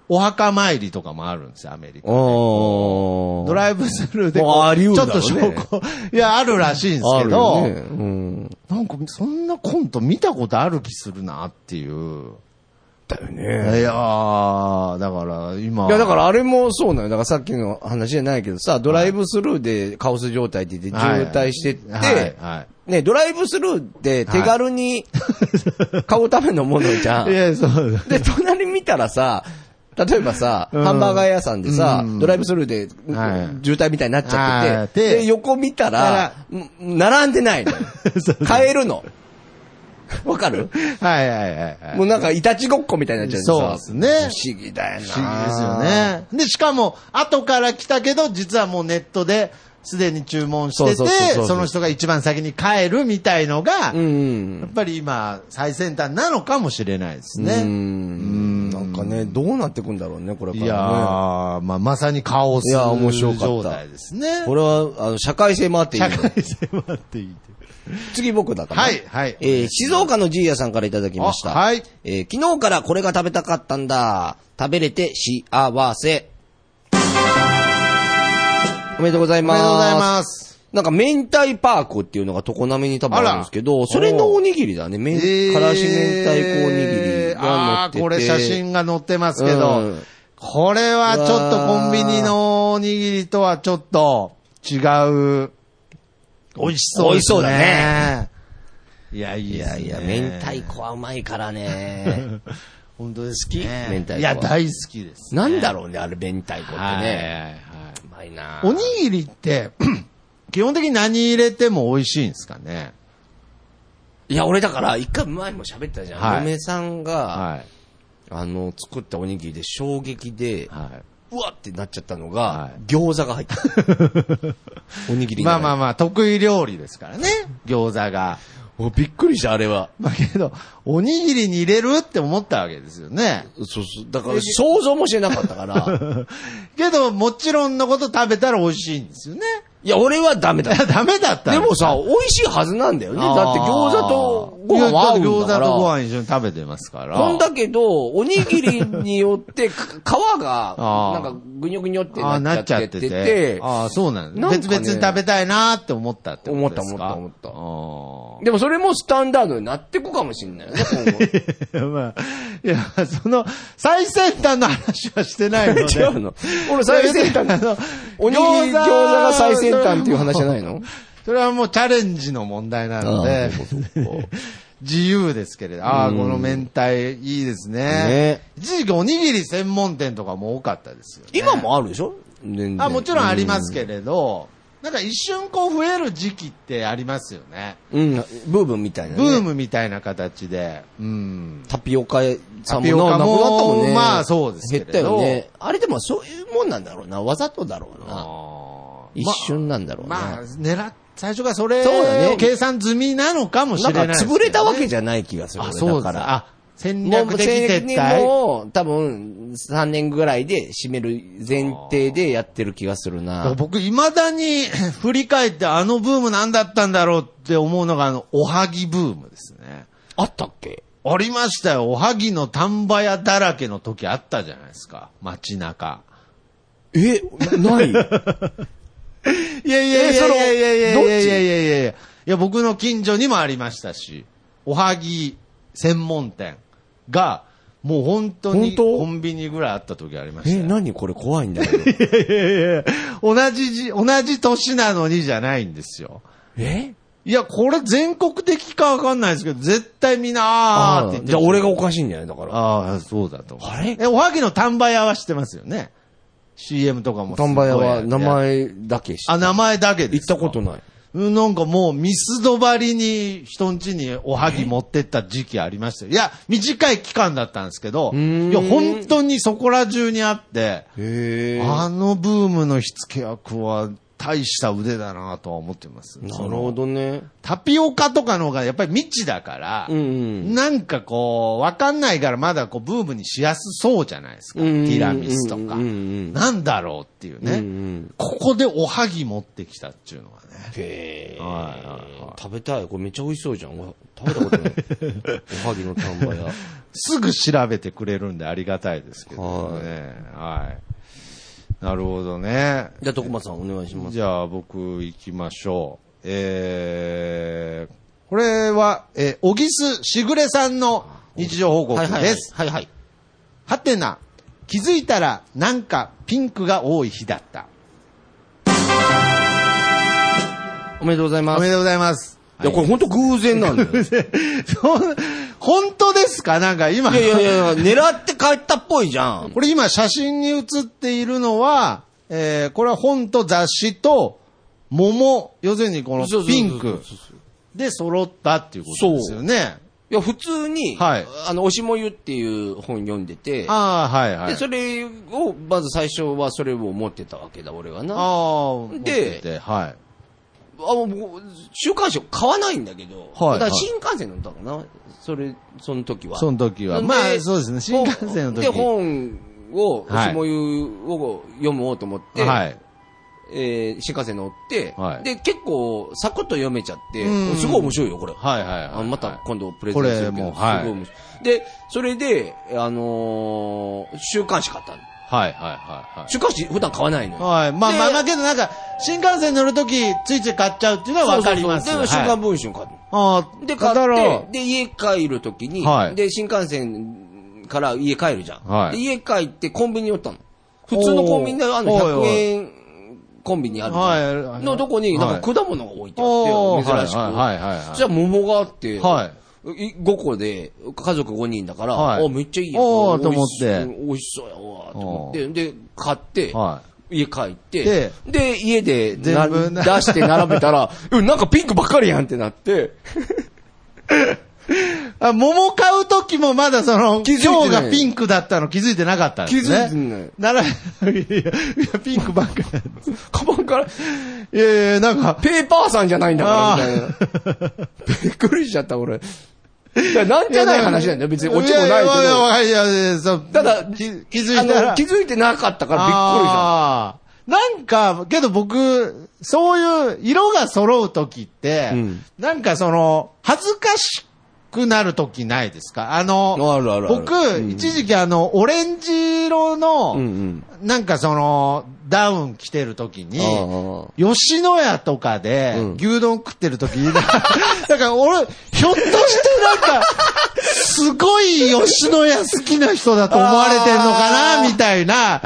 Speaker 2: お墓参りとかもあるんですよ、アメリカ。
Speaker 1: お
Speaker 2: ドライブスルーでこう
Speaker 1: もうあり得
Speaker 2: ち
Speaker 1: る
Speaker 2: ょっ
Speaker 1: だろ
Speaker 2: と
Speaker 1: うね
Speaker 2: 証拠、いや、あるらしいんです
Speaker 1: あ
Speaker 2: け
Speaker 1: る
Speaker 2: ど、
Speaker 1: よねうん。
Speaker 2: なんかそんなコント見たことある気するなっていう。
Speaker 1: だよね。
Speaker 2: いやー、だから今。
Speaker 1: いや、だからあれもそうなのよ。だからさっきの話じゃないけどさ、ドライブスルーでカオス状態って言って
Speaker 2: はい
Speaker 1: 渋滞してって、
Speaker 2: はいは
Speaker 1: ね、ドライブスルーって手軽に、買うためのものじゃん。
Speaker 2: い。いや、そう。
Speaker 1: で、隣見たらさ、例えばさ、
Speaker 2: うん
Speaker 1: ハンバーガー屋さんでさ、
Speaker 2: うん
Speaker 1: ドライブスルーで、
Speaker 2: はい
Speaker 1: 渋滞みたいになっちゃって
Speaker 2: はい
Speaker 1: て、
Speaker 2: で
Speaker 1: で、横見たら、ん並んでないの。 買えるの。わかる
Speaker 2: はいはいはいはい。
Speaker 1: もうなんか、いたちごっこみたいになっちゃう
Speaker 2: そうですね
Speaker 1: 不思議だよな。
Speaker 2: 不思議ですよ。ね。で、しかも、後から来たけど、実はもうネットで、すでに注文して
Speaker 1: そうそうそうそ
Speaker 2: て、
Speaker 1: う
Speaker 2: その人が一番先に帰るみたいのが、
Speaker 1: う
Speaker 2: や
Speaker 1: ん。
Speaker 2: っぱり今、最先端なのかもしれないですね。
Speaker 1: うん。なんかね、どうなってくんだろうね、これから、ね。
Speaker 2: いやー、まあ、まさにカオス
Speaker 1: いや面白かった
Speaker 2: 状態ですね。
Speaker 1: これは、あの、社会性もあっていい
Speaker 2: 社
Speaker 1: よ。
Speaker 2: 会性もあっていいと。
Speaker 1: 次僕だから。
Speaker 2: はい、はい。
Speaker 1: えー静岡のじいやさんからいただきました。
Speaker 2: あはい。
Speaker 1: えー昨日からこれが食べたかったんだ。食べれて幸せ。おめでとうござい
Speaker 2: おめ
Speaker 1: ます。
Speaker 2: でとうございます。
Speaker 1: なんか、明太パークっていうのが常滑に多分あるんですけど、それのおにぎりだね。めん、からし明太子おにぎり
Speaker 2: えー
Speaker 1: が載
Speaker 2: あ
Speaker 1: ってて。
Speaker 2: ー、これ写真が載ってますけど、
Speaker 1: うん
Speaker 2: これはちょっとコンビニのおにぎりとはちょっと違う。美味しそう
Speaker 1: 美
Speaker 2: ですね。
Speaker 1: 味しそうだね。
Speaker 2: いやい
Speaker 1: い
Speaker 2: や
Speaker 1: や
Speaker 2: い
Speaker 1: い
Speaker 2: や、
Speaker 1: や、明太。子はうまいからね。
Speaker 2: 本当ですき
Speaker 1: 明太子はい
Speaker 2: や、大好きです。
Speaker 1: なんだろうね、あれ明太子ってね。
Speaker 2: はいはいう
Speaker 1: まいな
Speaker 2: おにぎりって、 基本的に何入れても美味しいんですかね。
Speaker 1: いや、俺だから、一回前も喋ったじゃん。
Speaker 2: はい
Speaker 1: 嫁さんが、
Speaker 2: はい。
Speaker 1: あの、作ったおにぎりで衝撃で、
Speaker 2: は
Speaker 1: うわってなっちゃったのが、
Speaker 2: はい
Speaker 1: 餃子が入 った。おにぎり
Speaker 2: い。まあまあ
Speaker 1: あ。
Speaker 2: まあ、得意料理ですからね。餃子が。
Speaker 1: おびっくりした、あれは。
Speaker 2: まあけど、おにぎりに入れるって思ったわけです よね。
Speaker 1: そうそう。だから、想像もしてなかった から。
Speaker 2: けど、もちろんのこと食べたら美味しいんですよね。
Speaker 1: いや、俺はダメ
Speaker 2: い
Speaker 1: だ
Speaker 2: や、。ダメだった
Speaker 1: で
Speaker 2: の
Speaker 1: もさ、美味しいはずなんだよね。だ
Speaker 2: あー
Speaker 1: って餃子とご飯は合うんだから。
Speaker 2: 餃子とご飯一緒に食べてますから。
Speaker 1: ほんだけど、おにぎりによって、か 皮が、
Speaker 2: あー
Speaker 1: なんか、ぐにょぐにょって
Speaker 2: ああ、
Speaker 1: な
Speaker 2: な
Speaker 1: っ
Speaker 2: っ
Speaker 1: ち
Speaker 2: ち
Speaker 1: ゃ
Speaker 2: ゃ
Speaker 1: っ
Speaker 2: って
Speaker 1: て、
Speaker 2: てて。ああ、そうなん
Speaker 1: なんかね
Speaker 2: 別々に食べたいなーって思ったってことですか
Speaker 1: 思った
Speaker 2: 思
Speaker 1: でもそれもスタンダードになってこかもしんないよね、 今後。
Speaker 2: った。ああ。まあ、いや、その、最先端の話はしてない ので。
Speaker 1: 違うの俺最先端
Speaker 2: あの
Speaker 1: おにぎり餃子が最先端っていう話じゃないの
Speaker 2: それはもうチャレンジの問題なので、 自由ですけれど、ああ、この明太いいですね。
Speaker 1: ね
Speaker 2: 一時期おにぎり専門店とかも多かったですよね。
Speaker 1: 今もあるでしょ全然
Speaker 2: あ、もちろんありますけれど、なんか一瞬こう増える時期ってありますよね。
Speaker 1: うん、ブームみたいな、ね。
Speaker 2: ブー。ムみたいな形で。うん。
Speaker 1: タピオカさん
Speaker 2: タピオ
Speaker 1: もな
Speaker 2: カも
Speaker 1: なくなったもんね。
Speaker 2: まあそうですけれど
Speaker 1: 減ったよね。あれでもそういうもんなんだろうな。わざとだろうな。
Speaker 2: あー
Speaker 1: 一瞬なんだろうな。
Speaker 2: まあ、狙っ、最初からそれ
Speaker 1: そうだね
Speaker 2: を計算済みなのかもし
Speaker 1: な
Speaker 2: れ
Speaker 1: ん
Speaker 2: な
Speaker 1: か
Speaker 2: いですけど
Speaker 1: 潰
Speaker 2: ね、
Speaker 1: れたわけじゃない気がする。
Speaker 2: あ、
Speaker 1: 俺
Speaker 2: そう
Speaker 1: だ
Speaker 2: だ
Speaker 1: から。
Speaker 2: あ、戦
Speaker 1: もう
Speaker 2: 略的撤退。
Speaker 1: もう多分3年ぐらいで締める前提でやってる気がするな。
Speaker 2: 僕、未だに 振り返ってあのブーム何だったんだろうって思うのが、あの、おはぎブームですね。
Speaker 1: あったっけ
Speaker 2: ありましたよ。おはぎの丹波屋だらけの時あったじゃないですか。街中。
Speaker 1: え、ない
Speaker 2: いやいや
Speaker 1: え
Speaker 2: いやいやいやいや
Speaker 1: その
Speaker 2: いやいや
Speaker 1: どっ
Speaker 2: いやいやいやいや、僕の近所にもありましたし、おはぎ専門店が、もう本当
Speaker 1: 本
Speaker 2: に
Speaker 1: 当
Speaker 2: コンビニぐらいあった時ありました
Speaker 1: え、
Speaker 2: よ。
Speaker 1: 何これ怖いんだけど。
Speaker 2: いやいやいや同じじ、同じ年なのにじゃないんですよ。
Speaker 1: え
Speaker 2: いや、これ全国的かわかんないですけど、絶対みんな、あーって言って
Speaker 1: じゃあ俺がおかしいんじゃないだから。
Speaker 2: ああ、そうだと思う。
Speaker 1: あれ
Speaker 2: え、おはぎの丹波屋は知ってますよね ?CM とかもすごい
Speaker 1: 丹波屋は
Speaker 2: やって
Speaker 1: 名。前だけし
Speaker 2: あ、名前だけで
Speaker 1: 行っ
Speaker 2: すか。
Speaker 1: たことない。
Speaker 2: うんなんかもう、ミスドばりに人んちにおはぎ持ってった時期ありましたよ。いや、短い期間だったんですけど、
Speaker 1: ーん
Speaker 2: いや、本当にそこら中にあって、
Speaker 1: へ
Speaker 2: あのブームの火付け役は大した腕だなとは思ってます。
Speaker 1: な
Speaker 2: そ
Speaker 1: る
Speaker 2: の
Speaker 1: ほどね。
Speaker 2: タピオカとかの方がやっぱり未知だから、
Speaker 1: うんうん
Speaker 2: なんかこう、わかんないからまだこうブームにしやすそうじゃないですか。
Speaker 1: うんうんうんうん
Speaker 2: ティラミスとか。
Speaker 1: うんうん
Speaker 2: なんだろうっていうね、
Speaker 1: うんうん
Speaker 2: ここでおはぎ持ってきたっていうのはね。
Speaker 1: へえ、
Speaker 2: はいはいは
Speaker 1: 食べたい。これめっちゃ美味しそうじゃん。お食べたことない。 おはぎの丹波屋。
Speaker 2: すぐ調べてくれるんでありがたいですけどね。はい。なるほどね。
Speaker 1: じゃあ、徳間さんお願いします。
Speaker 2: じゃあ僕行きましょう。えー、これは、えー、小木須しぐれさんの日常報告
Speaker 1: はいはいはい
Speaker 2: です。
Speaker 1: はいはい。
Speaker 2: はてな、気づいたらなんかピンクが多い日だった。
Speaker 1: おめでとうございま
Speaker 2: お
Speaker 1: す。
Speaker 2: め
Speaker 1: い
Speaker 2: でとうございます。
Speaker 1: や、これ本当偶然なんだ よ。い
Speaker 2: そう本当ですかなんか今。
Speaker 1: やいやいや、狙って帰ったっぽいじゃん。
Speaker 2: これ今写真に写っているのは、えー、これは本と雑誌と桃、要するにこの
Speaker 1: そうそうそう
Speaker 2: ピンクで揃ったっていうことですよね。
Speaker 1: いや、普通に、
Speaker 2: はい
Speaker 1: あの、おしもゆっていう本読んでて、
Speaker 2: ああ、はいはい。
Speaker 1: で、それを、まず最初はそれを持ってたわけだ、俺はな。あ
Speaker 2: ああ、
Speaker 1: で
Speaker 2: 持っててはい。
Speaker 1: もう週刊誌を買わないんだけど、
Speaker 2: はい
Speaker 1: だから新幹線乗ったかな、それ、その時は。
Speaker 2: その時は。
Speaker 1: で
Speaker 2: まあ、そうですね。新幹線の時
Speaker 1: で、本を、
Speaker 2: はい
Speaker 1: しもゆを読もうと思って、
Speaker 2: はい。
Speaker 1: えー新幹線乗って、
Speaker 2: はい
Speaker 1: で、結構、サクッと読めちゃって
Speaker 2: うん、
Speaker 1: すごい面白いよ、これ。
Speaker 2: はいはいはい
Speaker 1: あまた今度プレゼンする
Speaker 2: こ
Speaker 1: け
Speaker 2: れも
Speaker 1: ど、
Speaker 2: はい
Speaker 1: すごい面白い。で、それで、あのー週刊誌買ったの。
Speaker 2: はいはいはい
Speaker 1: 週刊誌普段買わないのよ。
Speaker 2: はい。はい。まあ
Speaker 1: で
Speaker 2: まあまあけどなんか、新幹線乗る時ついつい買っちゃうっていうのはわかります。
Speaker 1: そうそうそうで、週
Speaker 2: はい
Speaker 1: 刊文春買ったの。
Speaker 2: ああ、
Speaker 1: で、買
Speaker 2: だろ
Speaker 1: って、
Speaker 2: う
Speaker 1: で、家帰るときに、
Speaker 2: はい
Speaker 1: で、新幹線から家帰るじゃん。
Speaker 2: はい
Speaker 1: で、家帰ってコンビニ寄ったの。普通のコンビニであるの、
Speaker 2: おー
Speaker 1: 100円コンビニあるじゃん。
Speaker 2: はい
Speaker 1: のとこに、なん
Speaker 2: はい
Speaker 1: か果物が置いてあ
Speaker 2: お
Speaker 1: って、
Speaker 2: ー
Speaker 1: 珍しく。
Speaker 2: はいはいはいはい
Speaker 1: じゃあ桃があって、
Speaker 2: はい
Speaker 1: 5個で、家族5人だから、
Speaker 2: はい
Speaker 1: おめっちゃいいや
Speaker 2: おーと思っ
Speaker 1: 美
Speaker 2: て
Speaker 1: 味し美味しそうやわ、と思って、で、買って、
Speaker 2: は
Speaker 1: 家帰って、
Speaker 2: で
Speaker 1: で、家でな
Speaker 2: 全部
Speaker 1: 出して並べた ら、うんなんかピンクばっかりやんってなって、
Speaker 2: あ、桃買う時もまだその、
Speaker 1: 気づいてない
Speaker 2: 今日がピンクだったの気づいてなかったんで
Speaker 1: 気
Speaker 2: すね。
Speaker 1: づいてない
Speaker 2: なら、い やいや、ピンクばっかりなんです。
Speaker 1: カバンから、
Speaker 2: いやいや、なんか、
Speaker 1: ペーパーさんじゃないんだ
Speaker 2: あ
Speaker 1: から、みたいな。びっくりしちゃった、俺。いや、なんじゃない話なんだよ、別に。オチもないけ
Speaker 2: やや
Speaker 1: ど。
Speaker 2: やいやいやいやそう
Speaker 1: ただ、
Speaker 2: 気気づいた
Speaker 1: あ
Speaker 2: ら。
Speaker 1: の気づいてなかったからびっくりした。
Speaker 2: あーなんか、けど僕、そういう色が揃う時って、
Speaker 1: うん
Speaker 2: なんかその、恥ずかしくなる時ないですかあの、
Speaker 1: あるあるある
Speaker 2: 僕、一時期あの、オレンジ色の、
Speaker 1: うん
Speaker 2: なんかその、ダウン着てる時に
Speaker 1: あー、
Speaker 2: 吉野家とかで
Speaker 1: うん
Speaker 2: 牛丼食ってる時に、だ から俺、ひょっとしてなんか、すごい吉野家好きな人だと思われてんのか
Speaker 1: あ
Speaker 2: な、
Speaker 1: ー
Speaker 2: みたいな、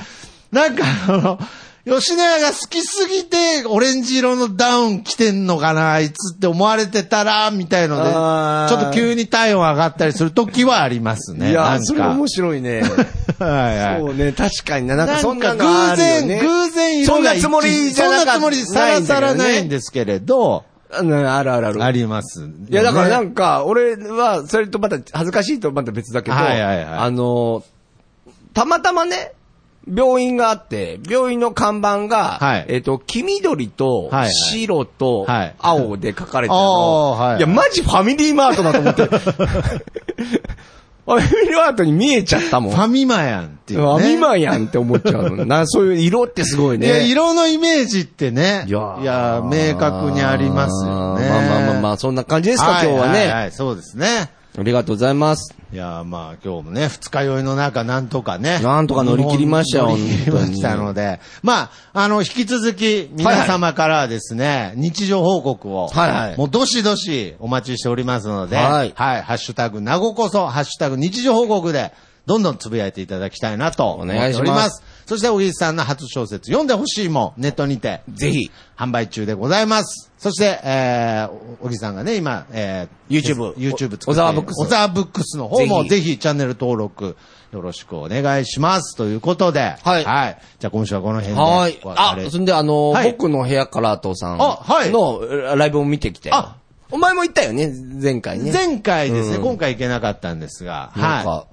Speaker 2: なんかあの、吉野家が好きすぎて、オレンジ色のダウン着てんのかな、あいつって思われてたら、みたいので、ち
Speaker 1: あー
Speaker 2: ょっと急に体温上がったりする時はありますね。
Speaker 1: い
Speaker 2: なん
Speaker 1: や
Speaker 2: か
Speaker 1: それ面白いね。
Speaker 2: はいはい
Speaker 1: そうね、確かにな。なんかそんなの
Speaker 2: なんか
Speaker 1: あ
Speaker 2: 偶
Speaker 1: るよ
Speaker 2: 然、
Speaker 1: ね。
Speaker 2: 偶然色
Speaker 1: そん
Speaker 2: が
Speaker 1: なつもりじゃなかった。
Speaker 2: そんなつもりさらさらないん
Speaker 1: で。
Speaker 2: ですけれど、
Speaker 1: あのあるあるある。
Speaker 2: あります、
Speaker 1: いや、だからな
Speaker 2: ね
Speaker 1: んか、俺は、それとまた、恥ずかしいとまた別だけど、
Speaker 2: はいはいはい
Speaker 1: あの、たまたまね、病院があって、病院の看板が、
Speaker 2: はい
Speaker 1: えっ、と、黄緑と
Speaker 2: はいはい、
Speaker 1: 白と
Speaker 2: はい、
Speaker 1: 青で書かれてるの、
Speaker 2: あーはい
Speaker 1: や、マジファミリーマートだと思 って。ファミリーマートに見えちゃったもん。
Speaker 2: ファミマやんっていう、ね。
Speaker 1: ファミマ
Speaker 2: や
Speaker 1: やんって思っちゃう の。な、そういう色ってすごいね。
Speaker 2: いや、色のイメージってね。
Speaker 1: いや
Speaker 2: いや明確にありますよね。
Speaker 1: まあまあまあまあ、そんな感じですか、
Speaker 2: はい
Speaker 1: 今日は
Speaker 2: はいは
Speaker 1: ね。
Speaker 2: い、そうですね。
Speaker 1: ありがとうございます。
Speaker 2: いや、まあ今日もね、二日酔いの中、なんとかね。
Speaker 1: なんとか乗り切りましたよ
Speaker 2: 乗り切りました
Speaker 1: 本当に
Speaker 2: ので。まあ、あの、引き続き、皆様からはですね、日常報告を、
Speaker 1: はいはい
Speaker 2: もうどしどしお待ちしておりますので、
Speaker 1: はい
Speaker 2: ハッシュタグ、なごこそ、ハッシュタグ、日常報告で、どんどんつぶやいていただきたいなと思っております。
Speaker 1: お願いします
Speaker 2: そして、小木さんの初小説、読んでほしいも、ネットにて、
Speaker 1: ぜひ。
Speaker 2: 販売中でございます。そして、えー、お小木さんがね、今、えー、
Speaker 1: YouTube
Speaker 2: YouTube 作って
Speaker 1: 小沢ブックス
Speaker 2: 小沢ブックスの方も
Speaker 1: ぜひ
Speaker 2: ぜひチャンネル登録よろしくお願いします。ということで、
Speaker 1: はい
Speaker 2: じゃあ今週はこの辺で。
Speaker 1: はい。
Speaker 2: お別
Speaker 1: あ
Speaker 2: れ、
Speaker 1: そんであの、
Speaker 2: はい
Speaker 1: 僕の部屋からとさん
Speaker 2: あはい
Speaker 1: のえライブを見てきて。
Speaker 2: あ
Speaker 1: お前も行ったよね、前回ね。
Speaker 2: 前回ですね、
Speaker 1: うん
Speaker 2: 今回行けなかったんですが、
Speaker 1: なん
Speaker 2: は
Speaker 1: か、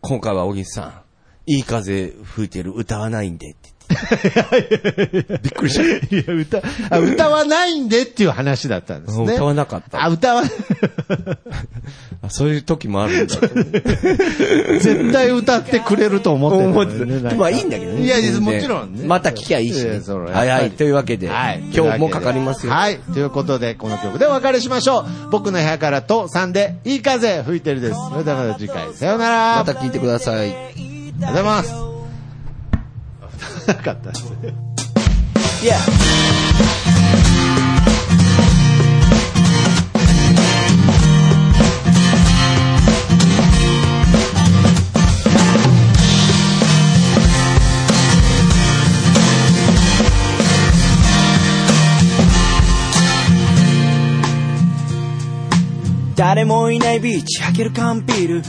Speaker 1: 今回は小木さん、いい風吹いてる、歌わないんでって言って。びっくりし
Speaker 2: いや、歌、あ歌わないんでっていう話だったんです
Speaker 1: た。
Speaker 2: ね。
Speaker 1: 歌わなかった。
Speaker 2: あ、歌わ、
Speaker 1: あそういう時もあるんだと
Speaker 2: 絶対歌ってくれると思って た
Speaker 1: 思
Speaker 2: の
Speaker 1: ってた
Speaker 2: に ね、なんか
Speaker 1: まあいいんだけどね。
Speaker 2: いやいや
Speaker 1: 全然
Speaker 2: もちろんね
Speaker 1: また聞きゃいいし
Speaker 2: いやそれは。
Speaker 1: はいはい。というわけで、
Speaker 2: はい。
Speaker 1: 今日もかかりますよ。
Speaker 2: はい。ということで、この曲でお別れしましょう。僕の部屋からと3で、いい風吹いてるです。それではまた次回、さようなら。
Speaker 1: また聞いてください。
Speaker 2: ありがとうございます。な かったですね。
Speaker 4: 誰もいないビーチ開ける缶ビール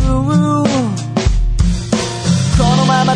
Speaker 4: このまま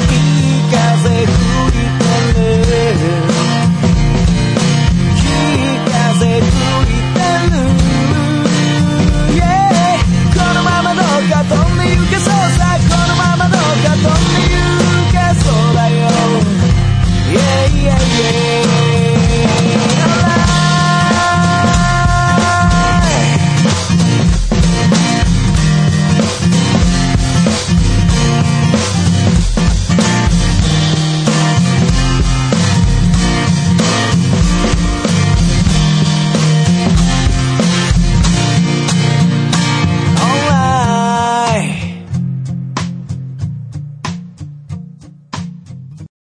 Speaker 4: いい風吹いてる